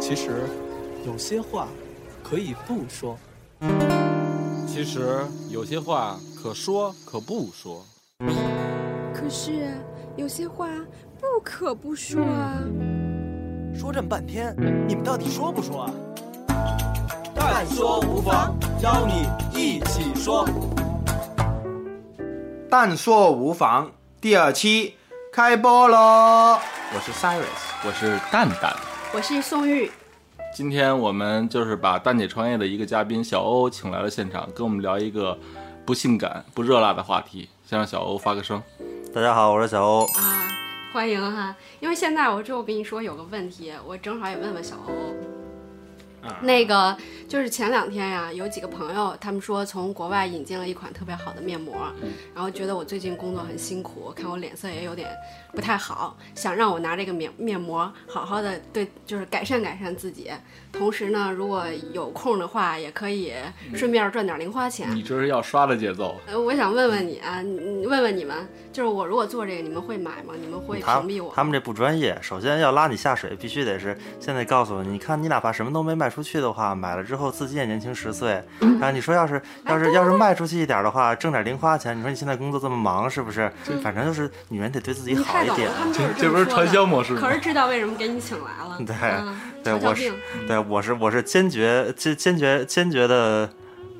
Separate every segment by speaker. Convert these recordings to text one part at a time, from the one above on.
Speaker 1: 其实，有些话可以不说。
Speaker 2: 其实有些话可说可不说。
Speaker 3: 可是啊有些话不可不说啊。
Speaker 4: 说这么半天，你们到底说不说啊？
Speaker 5: 但说无妨，邀你一起说。
Speaker 6: 但说无妨第二期开播喽！我是 Cyrus，
Speaker 2: 我是蛋蛋，
Speaker 7: 我是宋玉。
Speaker 2: 今天我们就是把蛋姐创业的一个嘉宾小欧请来了现场，跟我们聊一个不性感、不热辣的话题。先让小欧发个声。
Speaker 8: 大家好，我是小欧。
Speaker 7: 啊，欢迎哈、因为现在我这我跟你说有个问题，我正好也问问小欧。那个就是前两天呀、有几个朋友他们说从国外引进了一款特别好的面膜，然后觉得我最近工作很辛苦，看我脸色也有点不太好，想让我拿这个面面膜好好的对，就是改善改善自己。同时呢，如果有空的话，也可以顺便赚点零花钱。
Speaker 2: 你这是要刷的节奏，
Speaker 7: 呃，我想问问你啊，你你问问你们，就是我如果做这个，你们会买吗？你们会屏
Speaker 8: 嗯他
Speaker 7: 蔽我？
Speaker 8: 他们这不专业，首先要拉你下水，必须得是现在告诉你，你看你哪怕什么都没卖出去的话，买了之后自己也年轻十岁。
Speaker 7: 嗯
Speaker 8: 啊，你说要是要是要是卖出去一点的话，挣点零花钱，你说你现在工作这么忙是不是？反正就是女人得对自己
Speaker 7: 嗯你
Speaker 8: 好
Speaker 7: 太
Speaker 8: 一
Speaker 7: 懂
Speaker 8: 点
Speaker 7: 了，。他们就是
Speaker 2: 这
Speaker 7: 么
Speaker 2: 不是
Speaker 7: 说
Speaker 2: 传
Speaker 7: 的
Speaker 2: 销模式吗
Speaker 7: 可？是知道为什么给你请来了？
Speaker 8: 对
Speaker 7: 嗯、
Speaker 8: 对，
Speaker 7: 扯小
Speaker 8: 我是
Speaker 7: 病
Speaker 8: 对我是我是坚决坚坚决坚决的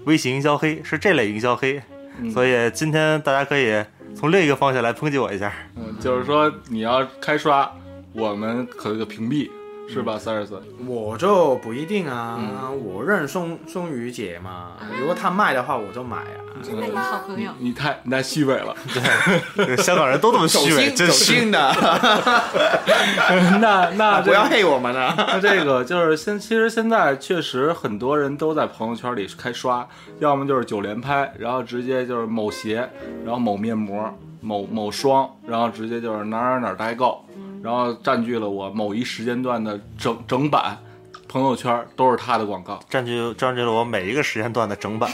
Speaker 8: 微型营销黑，是这类营销黑。
Speaker 7: 嗯
Speaker 8: 所以今天大家可以从另一个方向来抨击我一下。
Speaker 2: 嗯，就是说你要开刷，我们可就屏蔽，是吧，Cyrus？
Speaker 7: 嗯
Speaker 6: 我就不一定啊，
Speaker 8: 嗯
Speaker 6: 我认宋宋雨姐嘛，如果她卖的话，我就买 啊。
Speaker 8: 嗯
Speaker 7: 真的你好朋
Speaker 2: 你
Speaker 7: 友。
Speaker 2: 你太你太虚伪了。
Speaker 8: 香港人都这么
Speaker 6: 走
Speaker 8: 虚伪，
Speaker 6: 心
Speaker 8: 真
Speaker 6: 走
Speaker 8: 是。
Speaker 6: 心 的，
Speaker 2: 那那
Speaker 6: 不要黑我们啊！
Speaker 2: 那这个就是现，其实现在确实很多人都在朋友圈里开刷，要么就是九连拍，然后直接就是某鞋，然后某面膜、某某霜，然后直接就是哪儿哪儿哪儿代购，然后占据了我某一时间段的整整版朋友圈都是他的广告。
Speaker 8: 占据占据了我每一个时间段的整版，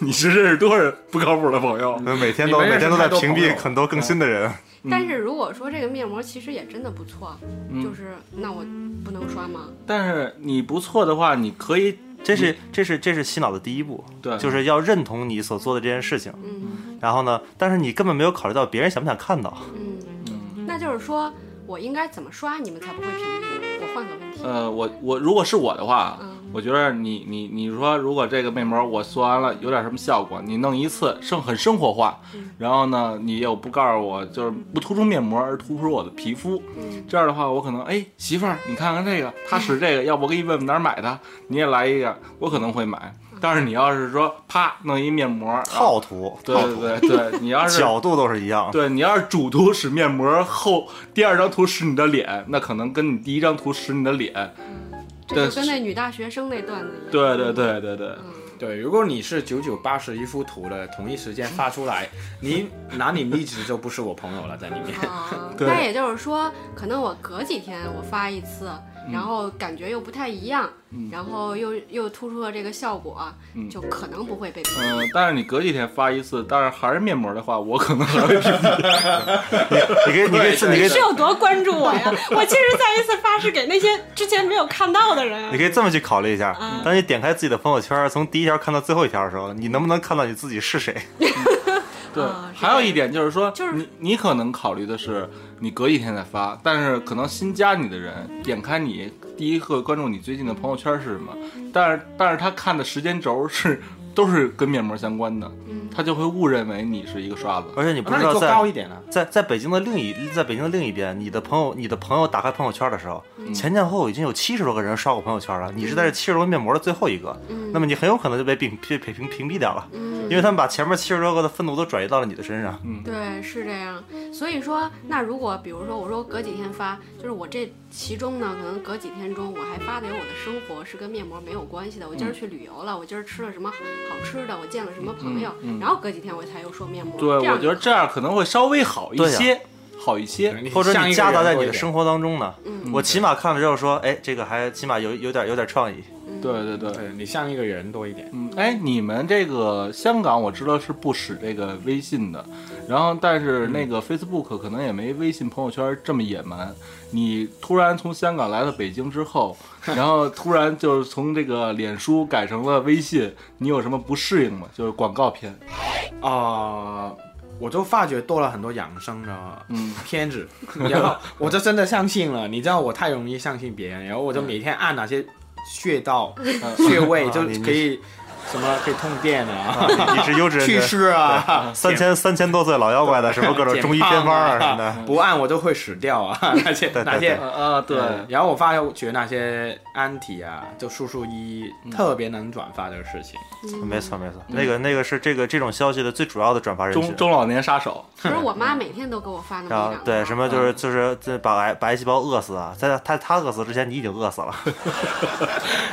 Speaker 2: 你是认识多少不靠谱的朋友？
Speaker 8: 每天
Speaker 6: 你
Speaker 8: 都
Speaker 6: 们
Speaker 8: 每天都在
Speaker 6: 认识太多
Speaker 8: 屏
Speaker 6: 朋友嗯
Speaker 8: 蔽很多更新的人。
Speaker 7: 但是如果说这个面膜其实也真的不错，
Speaker 8: 嗯
Speaker 7: 就是那我不能刷吗？
Speaker 2: 但是你不错的话，你可以
Speaker 8: 这是这是这是洗脑的第一步，
Speaker 6: 嗯
Speaker 2: 对
Speaker 8: 就是要认同你所做的这件事情。
Speaker 7: 嗯
Speaker 8: 然后呢，但是你根本没有考虑到别人想不想看
Speaker 6: 啊
Speaker 8: 到。
Speaker 7: 嗯，那就是说我应该怎么刷你们才不会屏蔽我？我换个问题，
Speaker 2: 呃，我我如果是我的话，啊
Speaker 8: 呃
Speaker 7: 嗯
Speaker 2: 我觉得你你你说，如果这个面膜我做完了有点什么效果，你弄一次生很生活化，然后呢，你又不告诉我，就是不突出面膜，而突出我的皮肤，这样的话，我可能哎媳妇儿，你看看这个，他使这个，要不我给你问问哪儿买的，你也来一个，我可能会买。但是你要是说啪弄一面膜，
Speaker 8: 套图，
Speaker 2: 对
Speaker 8: 套图，
Speaker 2: 对对对，你要是
Speaker 8: 角度都是一样。
Speaker 2: 对你要是主图使面膜，后第二张图使你的脸，那可能跟你第一张图使你的脸，
Speaker 7: 这就跟那女大学生那段子一样。
Speaker 2: 对对对对对，
Speaker 6: 对，如果你是九九八十一幅图的，同一时间发出 来，你拿你例子就不是我朋友了，在里面。
Speaker 7: 啊，
Speaker 2: 对
Speaker 7: 那也就是说，可能我隔几天我发一次，
Speaker 8: 嗯
Speaker 7: 然后感觉又不太一样，然后又又突出了这个效果，
Speaker 8: 嗯
Speaker 7: 就可能不会被屏蔽。
Speaker 2: 嗯，但是你隔几天发一次，但是还是面膜的话，我 可能还会
Speaker 8: 你可以你可以自你可以
Speaker 7: 是有多关注我 呀？我其实再一次发是给那些之前没有看到的人
Speaker 8: 你可以这么去考虑一下。
Speaker 6: 嗯
Speaker 8: 当你点开自己的朋友圈，从第一条看到最后一条的时候，你能不能看到你自己是谁？
Speaker 2: 对
Speaker 7: 啊。是
Speaker 2: 还有一点就是说，
Speaker 7: 就是
Speaker 2: 你你可能考虑的是，你隔几天再发，但是可能新加你的人点开你第一个关注你最近的朋友圈是什么，但是但是他看的时间轴是都是跟面膜相关的，
Speaker 7: 嗯
Speaker 2: 他就会误认为你是一个刷子。
Speaker 8: 而且你不
Speaker 6: 那
Speaker 8: 知
Speaker 6: 你
Speaker 8: 道
Speaker 6: 做
Speaker 8: 在
Speaker 6: 高一点啊！
Speaker 8: 在在北京的另一在北京的另一边，你的朋友你的朋友打开朋友圈的时候，
Speaker 6: 嗯
Speaker 8: 前前后后已经有七十多个人刷过朋友圈了，你是在这七十多个面膜的最后一个，
Speaker 7: 嗯
Speaker 8: 那么你很有可能就被屏被被屏屏蔽掉了，因为他们把前面七十多个的愤怒都转移到了你的身上。
Speaker 7: 对，是这样。所以说，那如果比如说，我说隔几天发，就是我这其中呢，可能隔几天中我还发的有我的生活是跟面膜没有关系的。我
Speaker 8: 嗯
Speaker 7: 今儿去旅游了，我今儿吃了什么好吃的，我见了什么
Speaker 8: 嗯
Speaker 7: 朋友，然后隔几天我才又说面膜。
Speaker 2: 对，
Speaker 7: 这样
Speaker 2: 我觉得这样可能会稍微好一
Speaker 8: 对呀
Speaker 2: 些，好一些。
Speaker 8: 或者
Speaker 6: 像一
Speaker 8: 你
Speaker 6: 个
Speaker 8: 夹杂
Speaker 6: 人
Speaker 8: 在
Speaker 6: 多
Speaker 8: 你
Speaker 6: 一
Speaker 8: 的
Speaker 6: 点嗯
Speaker 8: 生活当中呢，
Speaker 7: 嗯
Speaker 8: 我起码看了之后说，哎，这个还起码有有点有点创 意。
Speaker 7: 嗯
Speaker 2: 对对对。
Speaker 6: 对你像一个人多一点。
Speaker 2: 嗯，哎，你们这个香港我知道是不使这个微信的，然后，但是那个 Facebook 可能也没微信朋友圈这么野蛮。你突然从香港来到北京之后，然后突然就是从这个脸书改成了微信，你有什么不适应吗？就是广告片，
Speaker 6: 啊、我就发觉多了很多养生的
Speaker 2: 嗯
Speaker 6: 片子，然后我就真的相信了。你知道我太容易相信别人，然后我就每天按哪些穴道、穴位
Speaker 8: 啊
Speaker 6: 就
Speaker 8: 你
Speaker 6: 可以什么可以通便 啊、
Speaker 8: 你是优质人
Speaker 6: 祛
Speaker 8: 群，
Speaker 6: 湿 啊、
Speaker 8: 三千三千多岁老妖怪的什么各种
Speaker 6: 减
Speaker 8: 中医偏方啊
Speaker 6: 减胖
Speaker 8: 什么的，
Speaker 6: 不按我都会死 掉啊，那些
Speaker 8: 对对
Speaker 6: 那些
Speaker 8: 对。
Speaker 2: 啊，对，
Speaker 6: 嗯然后我发觉那些安体啊，就叔叔一特别能转发这个事情，
Speaker 8: 没错没错，那个那个是这个这种消息的最主要的转发人群
Speaker 2: 中。中老年杀手，
Speaker 7: 可是我妈每天都给我发那么
Speaker 8: 然
Speaker 7: 一
Speaker 8: 后
Speaker 7: 两条
Speaker 8: 对什么就是就是这把癌白细胞饿死啊，在他他饿死之前你已经饿死 了，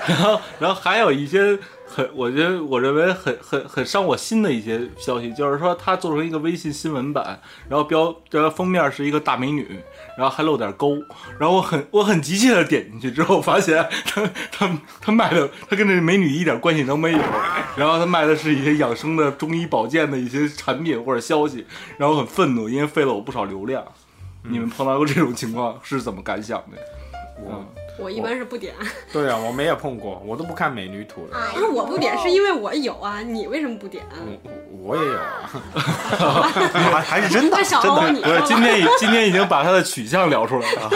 Speaker 2: 然后，然后还有一些很，我觉得我认为很很很伤我心的一些消息，就是说他做成一个微信新闻版，然后标这封面是一个大美女，然后还露点沟，然后我很我很急切的点进去之后，发现他他他卖的他跟这美女一点关系都没有，然后他卖的是一些养生的中医保健的一些产品或者消息，然后我很愤怒，因为费了我不少流量。你们碰到过这种情况是怎么感想的？
Speaker 6: 我
Speaker 7: 我一般是不点，
Speaker 6: 对啊，我没有碰过，我都不看美女图的，
Speaker 7: 不是我不点，是因为我有啊，你为什么不点？
Speaker 6: 我我我也有啊。
Speaker 8: 还还是 真的
Speaker 7: 那小
Speaker 8: 真
Speaker 7: 欧，
Speaker 8: 的。
Speaker 7: 你
Speaker 2: 不
Speaker 7: 说
Speaker 2: 是，今
Speaker 7: 吧，
Speaker 2: 天已今天已经把他的取向聊出来了。啊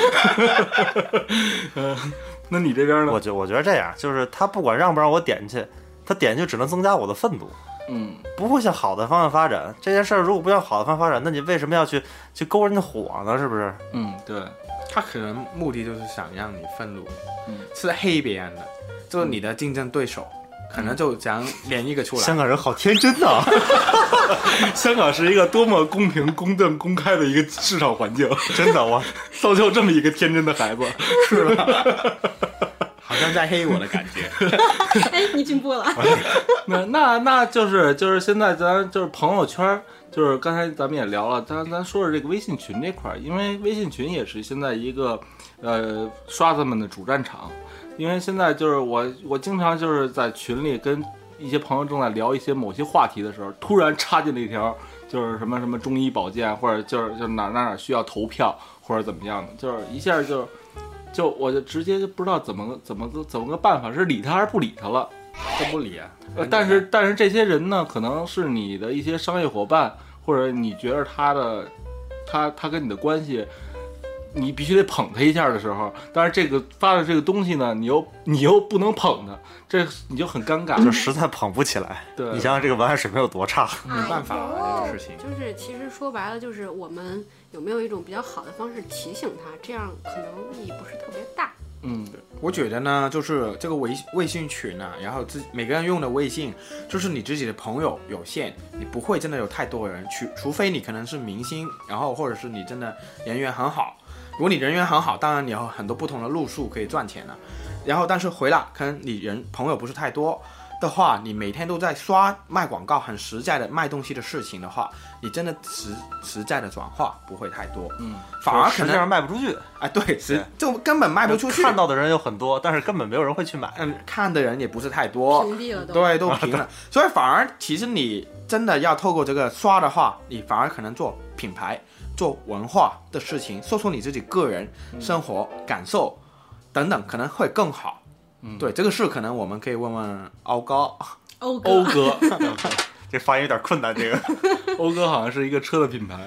Speaker 2: 嗯，那你这边呢
Speaker 8: 我？觉我觉得这样，就是他不管让不让我点进去，他点进去只能增加我的愤怒，
Speaker 2: 嗯，
Speaker 8: 不会向好的方向发展。这件事儿如果不向好的方向发展，那你为什么要去去勾人家火呢？是不是？
Speaker 2: 嗯，对，
Speaker 6: 他可能目的就是想让你愤怒，
Speaker 2: 嗯
Speaker 6: 是黑别人的，就是你的竞争对手，
Speaker 2: 嗯
Speaker 6: 可能就想连一个出来。
Speaker 8: 香港人好天真啊 呐、
Speaker 2: 香港是一个多么公平、公正、公开的一个市场环境，
Speaker 8: 真的我
Speaker 2: 造就这么一个天真的孩子。
Speaker 6: 好像在黑我的感觉。
Speaker 7: 哎，你进步了，
Speaker 2: 那那那就是就是现在咱就是朋友圈儿，就是刚才咱们也聊了，咱咱说说这个微信群这块儿，因为微信群也是现在一个呃刷子们的主战场，因为现在就是我我经常就是在群里跟一些朋友正在聊一些某些话题的时候，突然插进了一条就是什么什么中医保健，或者就是就是哪哪哪需要投票或者怎么样的，就是一下就就我就直接就不知道怎么个怎么个怎么个办法，是理他还是不理他了。
Speaker 6: 都不理啊。
Speaker 2: 呃，但是但是这些人呢，可能是你的一些商业伙伴，或者你觉得他的他他跟你的关系，你必须得捧他一下的时候，但是这个发的这个东西呢，你又 你又不能捧他，这你就很尴尬。
Speaker 8: 就实在捧不起来。
Speaker 2: 对，
Speaker 8: 你想想这个文案水平有多差？
Speaker 6: 没办法啊，这个事情。
Speaker 7: 就是其实说白了，就是我们有没有一种比较好的方式提醒他，这样可能意义不是特别大。
Speaker 2: 嗯，
Speaker 6: 我觉得呢，就是这个微微信群啊，然后自每个人用的微信，就是你自己的朋友有限，你不会真的有太多人去，除非你可能是明星，然后或者是你真的人缘很好。如果你人缘很好，当然你有很多不同的路数可以赚钱了、啊然后，但是回来可能你人朋友不是太多的话，你每天都在刷卖广告，很实在的卖东西的事情的话，你真的实实在的转化不会太多。嗯，反而可
Speaker 8: 实际上
Speaker 6: 能
Speaker 8: 卖不出去，
Speaker 6: 哎，对，实就根本卖不出去。
Speaker 8: 看到的人有很多，但是根本没有人会去买。
Speaker 6: 嗯，看的人也不是太多，
Speaker 7: 屏蔽了都
Speaker 6: 啊对，都平了， 所以反而其实你真的要透过这个刷的话，你反而可能做品牌、做文化的事情，说出你自己个人生活感受等等，可能会更好。对，这个事可能我们可以问问敖高，
Speaker 7: 欧哥
Speaker 2: 欧哥，
Speaker 8: 这发音有点困难，这个。
Speaker 2: 欧哥好像是一个车的品牌。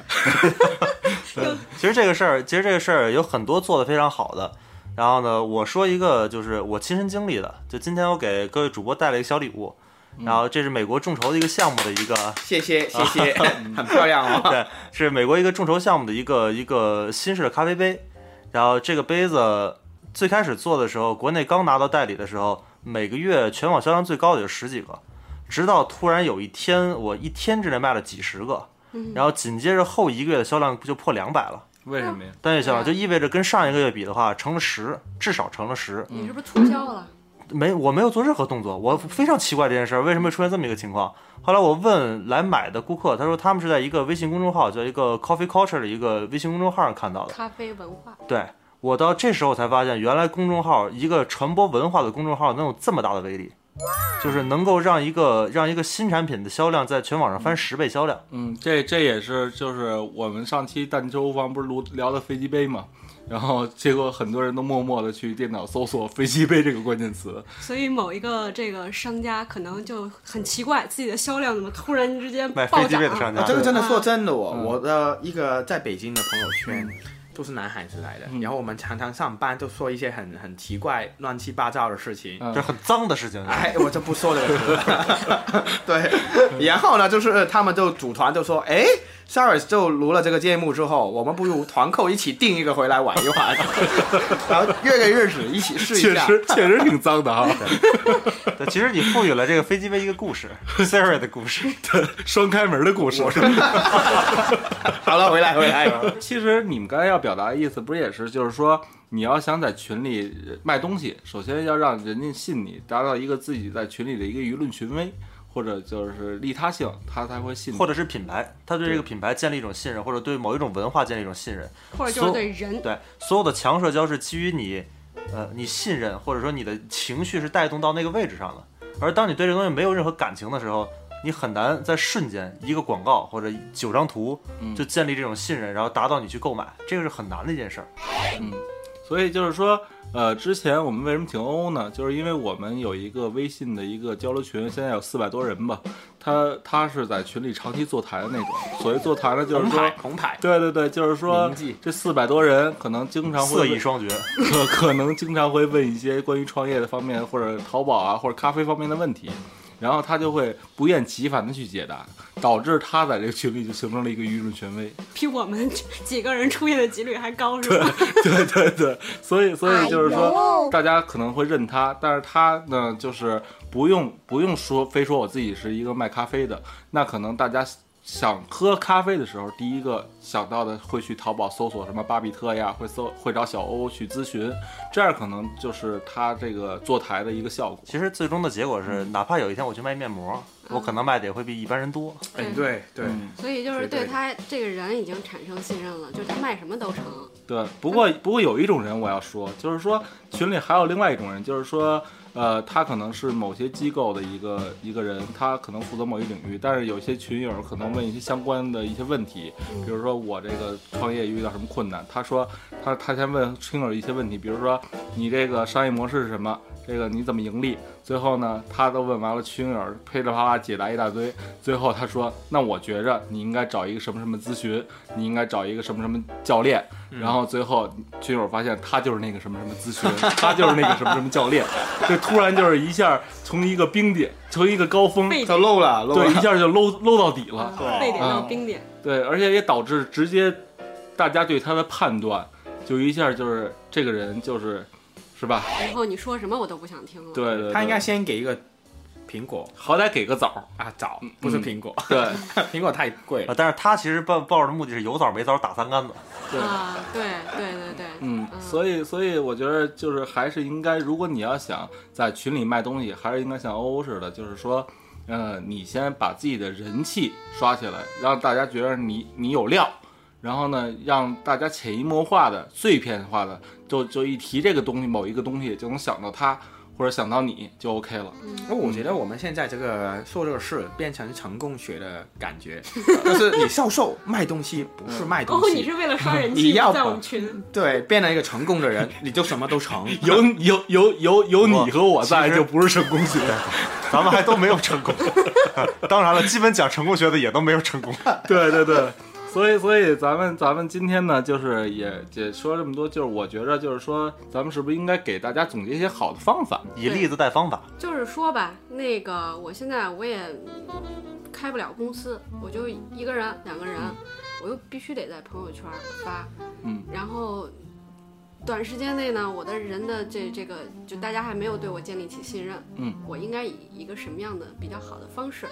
Speaker 8: 其实这个事儿，其实这个事儿有很多做的非常好的。然后呢，我说一个就是我亲身经历的，就今天我给各位主播带了一个小礼物，
Speaker 6: 嗯
Speaker 8: 然后这是美国众筹的一个项目的一个，
Speaker 6: 谢谢谢 谢，很漂亮哦。
Speaker 8: 对，是美国一个众筹项目的一个一个新式的咖啡杯。然后这个杯子最开始做的时候，国内刚拿到代理的时候，每个月全网销量最高的有十几个，直到突然有一天，我一天之内卖了几十个，
Speaker 7: 嗯
Speaker 8: 然后紧接着后一个月的销量就破两百了。
Speaker 2: 为什么 呀？
Speaker 8: 单月销量，就
Speaker 7: 对
Speaker 8: 意味着跟上一个月比的话，乘了十，至少乘了十。
Speaker 7: 你是不是促销了？
Speaker 8: 没，我没有做任何动作，我非常奇怪这件事儿，为什么会出现这么一个情况？后来我问来买的顾客，他说他们是在一个微信公众号，叫一个 Coffee Culture 的一个微信公众号上看到的。
Speaker 7: 咖啡文化，
Speaker 8: 对我到这时候才发现，原来公众号一个传播文化的公众号能有这么大的威力。就是能够让一个让一个新产品的销量在全网上翻十倍销量。
Speaker 2: 嗯，这这也是就是我们上期蛋粥无妨不是录聊的飞机杯嘛，然后结果很多人都默默的去电脑搜索飞机杯这个关键词，
Speaker 7: 所以某一个这个商家可能就很奇怪，自己的销量怎么突然之间啊
Speaker 8: 卖
Speaker 7: 暴
Speaker 8: 飞机
Speaker 7: 涨
Speaker 8: 杯的商
Speaker 7: 了？
Speaker 8: 家，
Speaker 6: 这个真的
Speaker 7: 啊
Speaker 6: 说真的我，我的一个在北京的朋友圈都是男孩子来的，然后我们常常上班就说一些很很奇怪、乱七八糟的事情。
Speaker 2: 嗯
Speaker 8: 这很脏的事情。
Speaker 6: 哎，我就不说这个词 了。对，然后呢，就是他们就组团就说，哎 s a r i s 就录了这个节目之后，我们不如团购一起订一个回来玩一 玩，然后约个日子一起试
Speaker 2: 确
Speaker 6: 一 下。
Speaker 2: 实确实挺脏的哈，啊
Speaker 8: 对其实你赋予了这个飞机杯一个故事，Siri 的故事。
Speaker 2: 双开门的故事。
Speaker 6: 好了，回来回来。
Speaker 2: 其实你们刚才要表达的意思，不是也是就是说，你要想在群里呃卖东西，首先要让人家信你，达到一个自己在群里的一个舆论权威，或者就是利他性，他才会信你。
Speaker 8: 或者是品牌，他对这个品牌建立一种信任，或者对某一种文化建立一种信任。
Speaker 7: 或者就是对人，
Speaker 8: 对，所有的强社交是基于你，呃，你信任或者说你的情绪是带动到那个位置上的。而当你对这东西没有任何感情的时候，你很难在瞬间一个广告或者九张图
Speaker 2: 嗯
Speaker 8: 就建立这种信任，然后达到你去购买，这个是很难的一件事儿。
Speaker 2: 所以就是说，呃，之前我们为什么请欧欧呢？就是因为我们有一个微信的一个交流群，现在有四百多人吧。他他是在群里长期座谈的那种，所谓座谈呢，就是
Speaker 6: 红
Speaker 2: 说
Speaker 6: 牌，，红牌。
Speaker 2: 对对对，就是说
Speaker 6: 铭记
Speaker 2: 这四百多人可能经常
Speaker 8: 色
Speaker 2: 会
Speaker 8: 艺双绝，
Speaker 2: 可 可能经常会问一些关于创业的方面，或者淘宝啊，或者咖啡方面的问题，然后他就会不厌其烦的去解答，导致他在这个群里就形成了一个舆论权威。
Speaker 7: 比我们几个人出现的几率还高，是吧？
Speaker 2: 对对对，所以所以就是说，大家可能会认他，但是他呢，就是不用不用说，非说我自己是一个卖咖啡的，那可能大家。想喝咖啡的时候，第一个想到的会去淘宝搜索什么巴比特呀，会搜会找小欧去咨询，这样可能就是他这个坐台的一个效果。
Speaker 8: 其实最终的结果是，
Speaker 2: 嗯
Speaker 8: 哪怕有一天我去卖面膜，我可能卖的也会比一般人多。
Speaker 6: 哎，
Speaker 7: 嗯
Speaker 6: 对对，
Speaker 7: 所以就是
Speaker 6: 绝对
Speaker 7: 对
Speaker 6: 的
Speaker 7: 他这个人已经产生信任了，就是他卖什么都成。
Speaker 2: 对，不过不过有一种人我要说，就是说群里还有另外一种人，就是说，呃，他可能是某些机构的一个一个人，他可能负责某一领域，但是有些群友可能问一些相关的一些问题，比如说我这个创业遇到什么困难，他说他他先问群友一些问题，比如说你这个商业模式是什么，这个你怎么盈利，最后呢他都问完了，群友噼里啪啦解答一大堆，最后他说那我觉着你应该找一个什么什么咨询，你应该找一个什么什么教练。然后最后群友发现他就是那个什么什么咨询，他就是那个什么什么教练，就突然就是一下从一个冰点，从一个高峰，
Speaker 7: 被
Speaker 6: 他漏了漏
Speaker 2: 对，一
Speaker 6: 了。
Speaker 2: 下就搂搂到底了。
Speaker 7: 沸点到冰点，
Speaker 2: 对，而且也导致直接大家对他的判断，就一下就是这个人就是，是吧？
Speaker 7: 以后你说什么我都不想听了。
Speaker 2: 对对对，
Speaker 6: 他应该先给一个苹果
Speaker 2: 好歹给个枣儿。嗯
Speaker 6: 啊枣，不是苹果，
Speaker 2: 对，
Speaker 6: 苹果太贵了
Speaker 8: 啊，。但是他其实抱抱着目的是有枣没枣打三竿子。
Speaker 2: 对
Speaker 7: 啊，对对对对，
Speaker 2: 嗯，
Speaker 7: 以
Speaker 2: 所以所以我觉得就是还是应该，如果你要想在群里卖东西，还是应该像欧欧似的，就是说，呃，你先把自己的人气刷起来，让大家觉得你你有料，然后呢，让大家潜移默化的、碎片化的，就就一提这个东西，某一个东西就能想到它，或者想到你就 OK 了。
Speaker 6: 那我觉得我们现在这个做这个事变成成功学的感 觉，就是你销售卖东西不是卖东
Speaker 7: 哦，你
Speaker 6: 西，
Speaker 7: 是为了刷人
Speaker 6: 你
Speaker 7: 气，
Speaker 6: 要
Speaker 7: 在我
Speaker 6: 吧
Speaker 7: 们群，
Speaker 6: 对，变成一个成功的人，你就什么都成。
Speaker 2: 有有有有有你和我
Speaker 8: 其
Speaker 2: 在，
Speaker 8: 实
Speaker 2: 就不是成功学。
Speaker 8: 咱们还都没有成 功。当然了，基本讲成功学的也都没有成功。
Speaker 2: 对对 对，所以所以咱们咱们今天呢，就是也也说这么多，就是我觉着就是说，咱们是不是应该给大家总结一些好的方法？
Speaker 8: 以例子带方法，
Speaker 7: 就是说吧，那个我现在我也开不了公司，我就一个人、两个人，
Speaker 6: 嗯
Speaker 7: 我又必须得在朋友圈发，
Speaker 2: 嗯，
Speaker 7: 然后短时间内呢，我的人的这这个就大家还没有对我建立起信任，
Speaker 2: 嗯，
Speaker 7: 我应该以一个什么样的比较好的方式，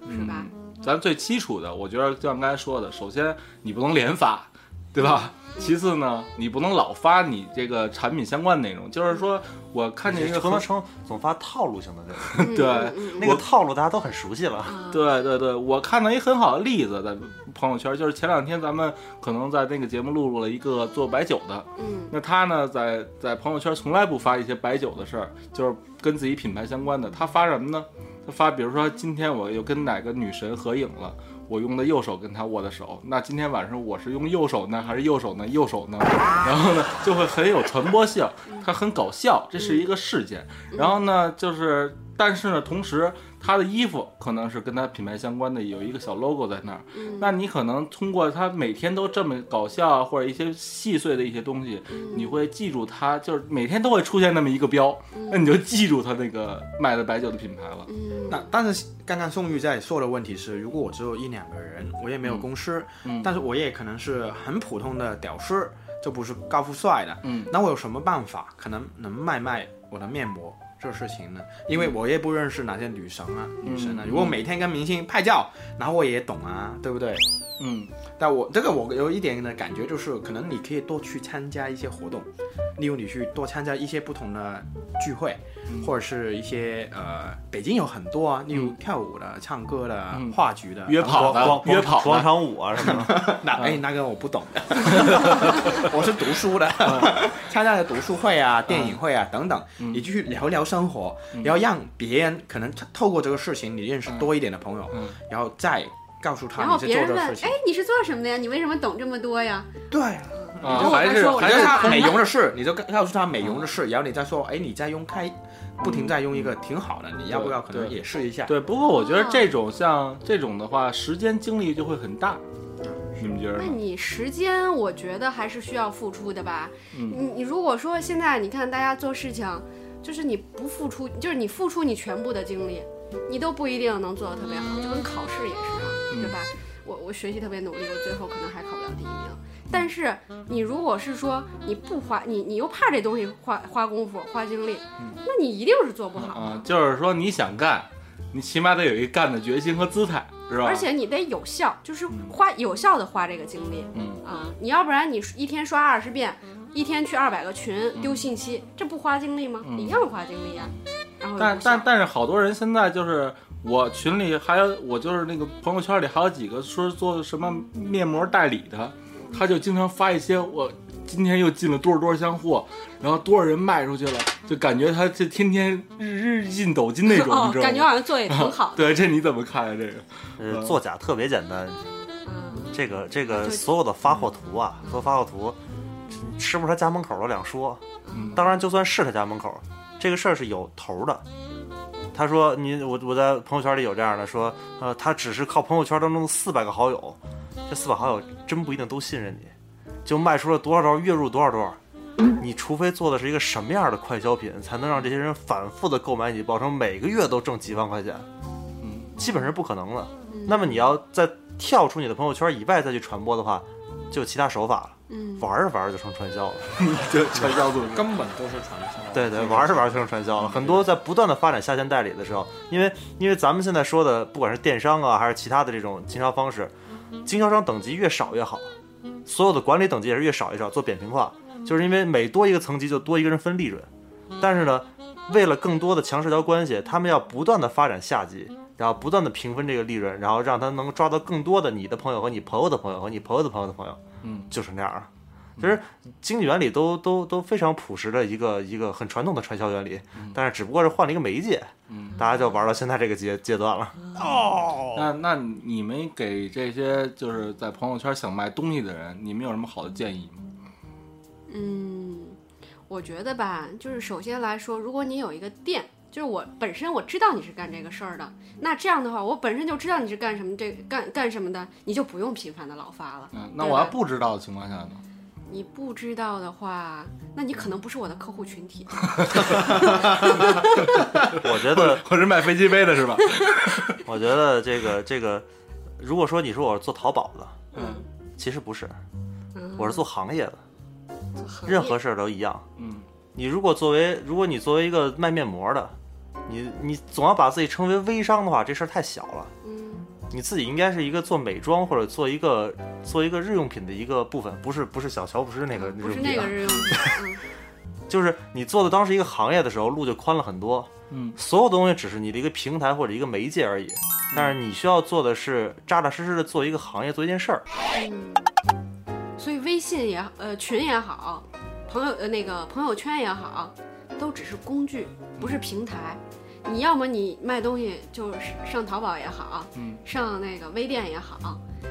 Speaker 6: 嗯
Speaker 7: 是吧？
Speaker 2: 咱最基础的，我觉得就像刚才说的，首先你不能连发，对吧？其次呢，你不能老发你这个产品相关内容，就是说我看见一个
Speaker 8: 不
Speaker 2: 很
Speaker 8: 能成总发套路性的这个，
Speaker 2: 对
Speaker 7: 嗯
Speaker 8: 那个套路大家都很熟悉了。
Speaker 2: 对对对，我看到一很好的例子在朋友圈，就是前两天咱们可能在那个节目录入了一个做白酒的，
Speaker 7: 嗯
Speaker 2: 那他呢在在朋友圈从来不发一些白酒的事儿，就是跟自己品牌相关的，他发什么呢？他发比如说今天我又跟哪个女神合影了。我用的右手跟她握的手，那今天晚上我是用右手呢，还是右手呢？ 右手呢？然后呢，就会很有传播性，它很搞笑，这是一个事件。然后呢，就是但是呢，同时他的衣服可能是跟他品牌相关的，有一个小 logo 在那儿。那你可能通过他每天都这么搞笑啊，或者一些细碎的一些东西，你会记住他，就是每天都会出现那么一个标，
Speaker 7: 嗯
Speaker 2: 那你就记住他那个卖的白酒的品牌了。
Speaker 6: 那但是刚刚宋玉在说的问题是，如果我只有一两个人，我也没有公司，
Speaker 2: 嗯
Speaker 6: 但是我也可能是很普通的屌丝，就不是高富帅的，
Speaker 2: 嗯
Speaker 6: 那我有什么办法可能能卖卖我的面膜这事情呢？因为我也不认识哪些女神啊，女神啊，
Speaker 2: 嗯
Speaker 6: 如果每天跟明星拍照，然后我也懂啊，对不对？
Speaker 2: 嗯
Speaker 6: 但我这个我有一点的感觉就是，可能你可以多去参加一些活动，例如你去多参加一些不同的聚会，
Speaker 7: 嗯
Speaker 6: 或者是一些呃，北京有很多啊，例如跳舞的、唱歌的、
Speaker 2: 嗯
Speaker 6: 话剧的、
Speaker 2: 约炮
Speaker 6: 跑
Speaker 2: 的
Speaker 8: 广
Speaker 2: 约跑的
Speaker 8: 广场舞啊什么 的，
Speaker 6: 那
Speaker 7: 嗯
Speaker 6: 哎，那个 我不懂的，我是读书的，
Speaker 7: 嗯
Speaker 6: 参加了读书会啊、电影会啊等等，你去聊聊生活，
Speaker 7: 嗯
Speaker 6: 然后让别人可能透过这个事情，你认识多一点的朋友
Speaker 2: 嗯，
Speaker 6: 然后再告诉他
Speaker 7: 然
Speaker 6: 你
Speaker 7: 后
Speaker 6: 是
Speaker 7: 别
Speaker 6: 做
Speaker 7: 人
Speaker 6: 这
Speaker 7: 问
Speaker 6: 个事：“情
Speaker 7: 哎。，你是做什么的呀？你为什么懂这么多呀
Speaker 6: 对，
Speaker 2: 啊
Speaker 7: 你，跟我
Speaker 2: 还是
Speaker 7: 说我
Speaker 2: 还
Speaker 6: 你
Speaker 2: 是
Speaker 6: 就
Speaker 7: 跟
Speaker 6: 他美容的事，你就告告诉他美容的事，然后你再说，哎，你再用开，不停再用一个挺好的，你要不要可能
Speaker 2: 对
Speaker 6: 也试一下？
Speaker 2: 对。不过我觉
Speaker 7: 嗯
Speaker 2: 得这种像这种的话，时间精力就会很大，你们觉？”得
Speaker 7: 那
Speaker 2: 呢？
Speaker 7: 你时间，我觉得还是需要付出的吧。
Speaker 2: 嗯
Speaker 7: 你你如果说现在你看大家做事情，就是你不付出，就是你付出你全部的精力，你都不一定能做得特别好，就跟考试也是啊，对吧？我我学习特别努力，我最后可能还考不了第一名。但是你如果是说你不花，你你又怕这东西花花功夫花精力，那你一定是做不好
Speaker 2: 啊
Speaker 7: 的，，
Speaker 2: 就是说你想干，你起码得有一干的决心和姿态，是吧？
Speaker 7: 而且你得有效，就是花有效的花这个精力。
Speaker 2: 嗯，
Speaker 7: 啊，你要不然你一天刷二十遍，一天去二百个群丢信息，这不花精力吗？
Speaker 2: 嗯
Speaker 7: 一样花精力呀、然后
Speaker 2: 但
Speaker 7: 无效
Speaker 2: 但但是好多人现在就是我群里还有我就是那个朋友圈里还有几个说做什么面膜代理的，他就经常发一些我今天又进了多少多少箱货，然后多少人卖出去了，就感觉他这天天日日进斗金那种，
Speaker 7: 哦
Speaker 2: 你知，道吗？
Speaker 7: 感觉好像做也挺 好的，
Speaker 2: 对，这你怎么看呀、啊这 个
Speaker 8: 呃，作假特别简单。
Speaker 7: 嗯，
Speaker 8: 这个这个
Speaker 7: 对
Speaker 8: 所有的发货图啊，所有发货图，是不是他家门口都两说
Speaker 2: 嗯？
Speaker 8: 当然，就算是他家门口，这个事儿是有头儿的。他说：“你我我在朋友圈里有这样的说，呃，他只是靠朋友圈当中的四百个好友，这四百好友真不一定都信任你，就卖出了多少多少，月入多少多少。你除非做的是一个什么样的快消品，才能让这些人反复的购买你，保证每个月都挣几万块钱，
Speaker 2: 嗯，
Speaker 8: 基本是不可能的。
Speaker 7: 嗯
Speaker 8: 那么你要在跳出你的朋友圈以外再去传播的话，就有其他手法了。
Speaker 7: 嗯
Speaker 8: 玩着玩着就成传销了。
Speaker 2: 就传销组织。
Speaker 6: 根本都是传销。
Speaker 8: 对对，玩着玩着就成传销了。很多在不断的发展下线代理的时候，因为因为咱们现在说的，不管是电商啊，还是其他的这种经销方式，经销商等级越少越好，所有的管理等级也是越少越少，做扁平化，就是因为每多一个层级就多一个人分利润。但是呢，为了更多的强社交关系，他们要不断的发展下级，然后不断的平分这个利润，然后让他能抓到更多的你的朋友和你朋友的朋友和你朋友的朋友的朋友，
Speaker 2: 嗯，
Speaker 8: 就是那样儿。就是经济原理都都都非常朴实的一个一个很传统的传销原理，但是只不过是换了一个媒介，
Speaker 2: 嗯
Speaker 8: 大家就玩到现在这个阶阶段了。
Speaker 5: 哦
Speaker 2: 那那你们给这些就是在朋友圈想卖东西的人，你们有什么好的建议吗？
Speaker 7: 嗯，我觉得吧，就是首先来说，如果你有一个店，就是我本身我知道你是干这个事儿的，那这样的话，我本身就知道你是干什么这干干什么的，你就不用频繁的老发了。
Speaker 2: 嗯，那我要不知道的情况下呢？
Speaker 7: 你不知道的话，那你可能不是我的客户群 体。
Speaker 8: 我觉得，
Speaker 2: 我是卖飞机杯的是吧？
Speaker 8: 我觉得这个这个，如果说你说我是做淘宝的，
Speaker 2: 嗯
Speaker 8: 其实不是，
Speaker 7: 嗯，
Speaker 8: 我是做行业的，
Speaker 7: 做行
Speaker 8: 任
Speaker 7: 业
Speaker 8: 何事儿都一样。
Speaker 2: 嗯
Speaker 8: 你如果作为，如果你作为一个卖面膜的，你你总要把自己称为微商的话，这事儿太小了。
Speaker 7: 嗯
Speaker 8: 你自己应该是一个做美妆或者做一个做一个日用品的一个部分，不是不是小乔布斯那个
Speaker 7: 嗯不
Speaker 8: 日
Speaker 7: 是
Speaker 8: 用
Speaker 7: 那
Speaker 8: 品、
Speaker 7: 个
Speaker 8: 啊，
Speaker 7: 日用品，
Speaker 8: 就是你做的当时一个行业的时候，路就宽了很多。
Speaker 2: 嗯，
Speaker 8: 所有东西只是你的一个平台或者一个媒介而已，
Speaker 7: 嗯
Speaker 8: 但是你需要做的是扎扎实实的做一个行业，做一件事儿。
Speaker 7: 嗯嗯，所以微信也呃群也好，朋友呃那个朋友圈也好，都只是工具，不
Speaker 8: 嗯
Speaker 7: 是平台。你要么你卖东西就是上淘宝也好，
Speaker 2: 嗯，
Speaker 7: 上那个微店也好，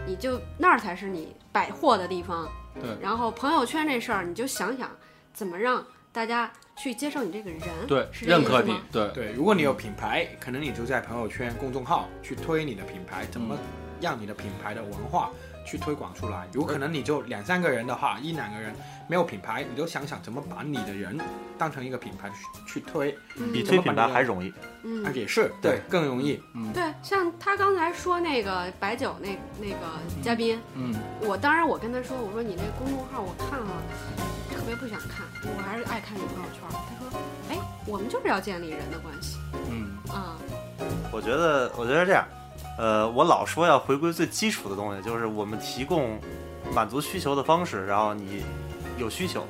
Speaker 7: 你就那儿才是你百货的地方。
Speaker 2: 对
Speaker 7: 然后朋友圈这事儿，你就想想怎么让大家去接受你这个人，
Speaker 2: 对，
Speaker 7: 是这
Speaker 2: 认
Speaker 7: 意思
Speaker 2: 可你
Speaker 7: 吗，
Speaker 2: 对，
Speaker 6: 对，如果你有品牌，可能你就在朋友圈、公众号去推你的品牌，怎么让你的品牌的文化去推广出来？有可能你就两三个人的话，一两个人没有品牌，你就想想怎么把你的人当成一个品牌去去推，
Speaker 8: 比
Speaker 7: 嗯
Speaker 8: 推品牌还容易。
Speaker 7: 嗯
Speaker 6: 啊，也是对
Speaker 2: 嗯
Speaker 6: 更容易。
Speaker 7: 对，像他刚才说那个白酒那那个嘉宾，
Speaker 2: 嗯，
Speaker 7: 我当然我跟他说，我说你那公众号我看了，特别不想看，我还是爱看你朋友圈。他说，哎，我们就是要建立人的关系
Speaker 2: 嗯，
Speaker 7: 啊、
Speaker 8: 我觉得，我觉得这样，呃，我老说要回归最基础的东西，就是我们提供满足需求的方式，然后你有需求，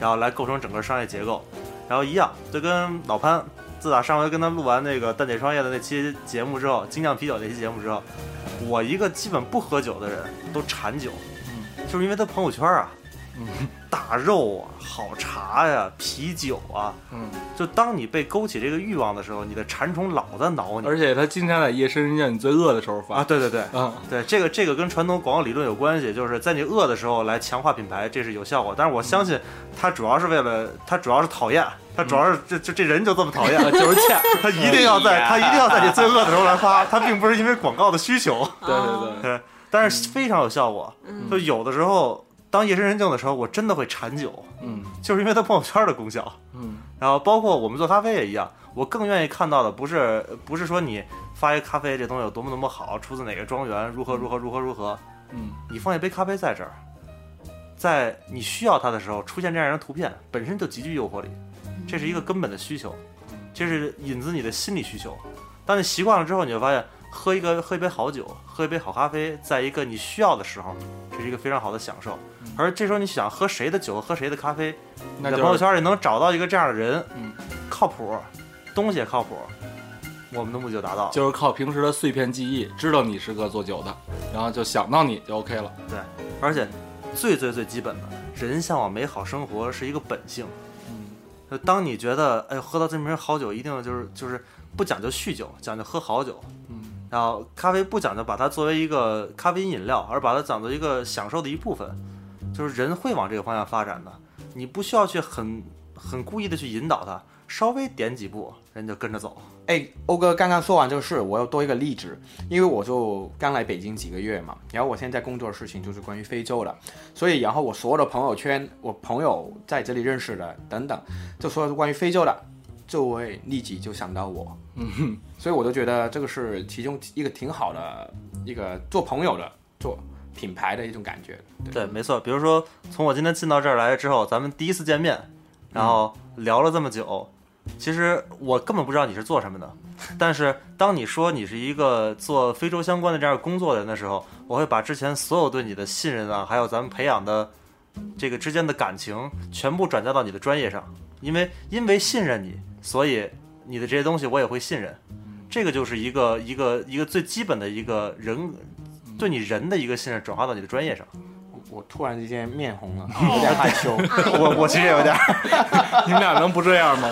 Speaker 8: 然后来构成整个商业结构，然后一样，就跟老潘，自打上回跟他录完那个蛋姐创业的那期节目之后，精酿啤酒那期节目之后，我一个基本不喝酒的人都馋酒，就是因为他朋友圈啊，
Speaker 2: 嗯
Speaker 8: 大肉啊，好茶呀、啤酒啊，
Speaker 2: 嗯，
Speaker 8: 就当你被勾起这个欲望的时候，你的馋虫老在挠你。
Speaker 2: 而且他经常在夜深人静你最饿的时候发
Speaker 8: 啊，对对对，
Speaker 2: 啊，
Speaker 8: 对，这个这个跟传统广告理论有关系，就是在你饿的时候来强化品牌，这是有效果。但是我相信他主要是为了，他主要是讨厌，他主要是这这这人就这么讨
Speaker 2: 呃
Speaker 8: 厌，就是欠， 他一定要在他一定要在你最饿的时候来发，他并不是因为广告的需求，
Speaker 2: 对
Speaker 6: 哦
Speaker 2: 对对，
Speaker 8: 对，但是非常有效果。就有的时候，当夜深人静的时候，我真的会馋酒，
Speaker 2: 嗯
Speaker 8: 就是因为它朋友圈的功效。
Speaker 2: 嗯
Speaker 8: 然后包括我们做咖啡也一样，我更愿意看到的不是不是说你发一咖啡这东西有多么多么好，出自哪个庄园，如何如何如何如何，
Speaker 2: 嗯，
Speaker 8: 你放一杯咖啡在这儿，在你需要它的时候出现这样一张图片，本身就极具诱惑力，
Speaker 2: 嗯
Speaker 8: 这是一个根本的需求，这是引自你的心理需求。当你习惯了之后，你就发现喝一个喝一杯好酒，喝一杯好咖啡，在一个你需要的时候，这是一个非常好的享受。
Speaker 2: 嗯
Speaker 8: 而这时候你想喝谁的酒，喝谁的咖啡，你
Speaker 2: 那
Speaker 8: 在
Speaker 2: 就
Speaker 8: 朋友圈里能找到一个这样的人，
Speaker 2: 嗯，
Speaker 8: 靠谱，东西也靠谱，我们的目的就达到了。
Speaker 2: 就是靠平时的碎片记忆，知道你是个做酒的，然后就想到你就 OK 了。
Speaker 8: 而且最最最基本的，人向往美好生活是一个本性。
Speaker 2: 嗯
Speaker 8: 就当你觉得，哎呦，喝到这瓶好酒，一定就是就是不讲究酗酒，讲究喝好酒。
Speaker 2: 嗯
Speaker 8: 然后咖啡不讲究把它作为一个咖啡因饮料，而把它讲作一个享受的一部分，就是人会往这个方向发展的。你不需要去很很故意的去引导他，稍微点几步，人就跟着走。
Speaker 6: 哎，欧哥刚刚说完这个事，我要多一个例子，因为我就刚来北京几个月嘛，然后我现在工作的事情就是关于非洲的，所以然后我所有的朋友圈，我朋友在这里认识的等等，就所有是关于非洲的，就会立即就想到我，
Speaker 2: 嗯
Speaker 6: 所以我就觉得这个是其中一个挺好的一个做朋友的做品牌的一种感觉。
Speaker 8: 对，没错。比如说，从我今天进到这儿来之后，咱们第一次见面，然后聊了这么久，其实我根本不知道你是做什么的。但是当你说你是一个做非洲相关的这样工作的人的时候，我会把之前所有对你的信任啊，还有咱们培养的这个之间的感情，全部转嫁到你的专业上，因为因为信任你，所以你的这些东西我也会信任。这个就是一个一个一个最基本的一个人对你人的一个信任转化到你的专业上。
Speaker 6: 我突然之间面红了，
Speaker 2: 哦
Speaker 6: 有点害羞。
Speaker 8: 我我其实也有点儿，
Speaker 2: 你们俩能不这样吗？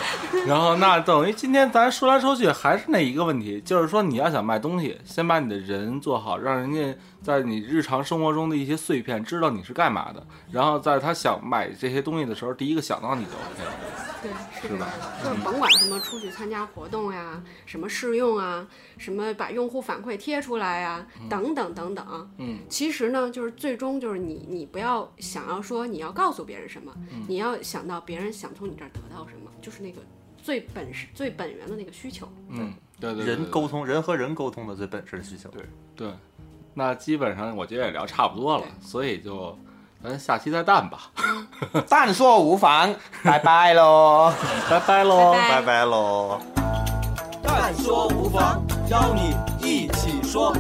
Speaker 2: 然后那等于今天咱说来说去还是那一个问题，就是说你要想卖东西，先把你的人做好，让人家在你日常生活中的一些碎片知道你是干嘛的，然后在他想买这些东西的时候，第一个想到你就 OK 了。
Speaker 7: 对，是这样的，就是甭管什么出去参加活动呀、什么试用啊，什么把用户反馈贴出来呀、等等等等。
Speaker 2: 嗯，
Speaker 7: 其实呢，就是最终就是你，你不要想要说你要告诉别人什么，你要想到别人想从你这儿得到什么，就是那个最本是最本源的那个需求。
Speaker 2: 嗯，对对对对
Speaker 8: 人沟通，人和人沟通的最本质的需求。
Speaker 6: 对
Speaker 2: 对，那基本上我觉得也聊差不多了，所以就咱下期再淡吧，
Speaker 6: 但说无妨，拜拜喽。
Speaker 2: 拜拜喽。
Speaker 8: 哦拜拜喽。
Speaker 5: 但说无妨，邀你一起说。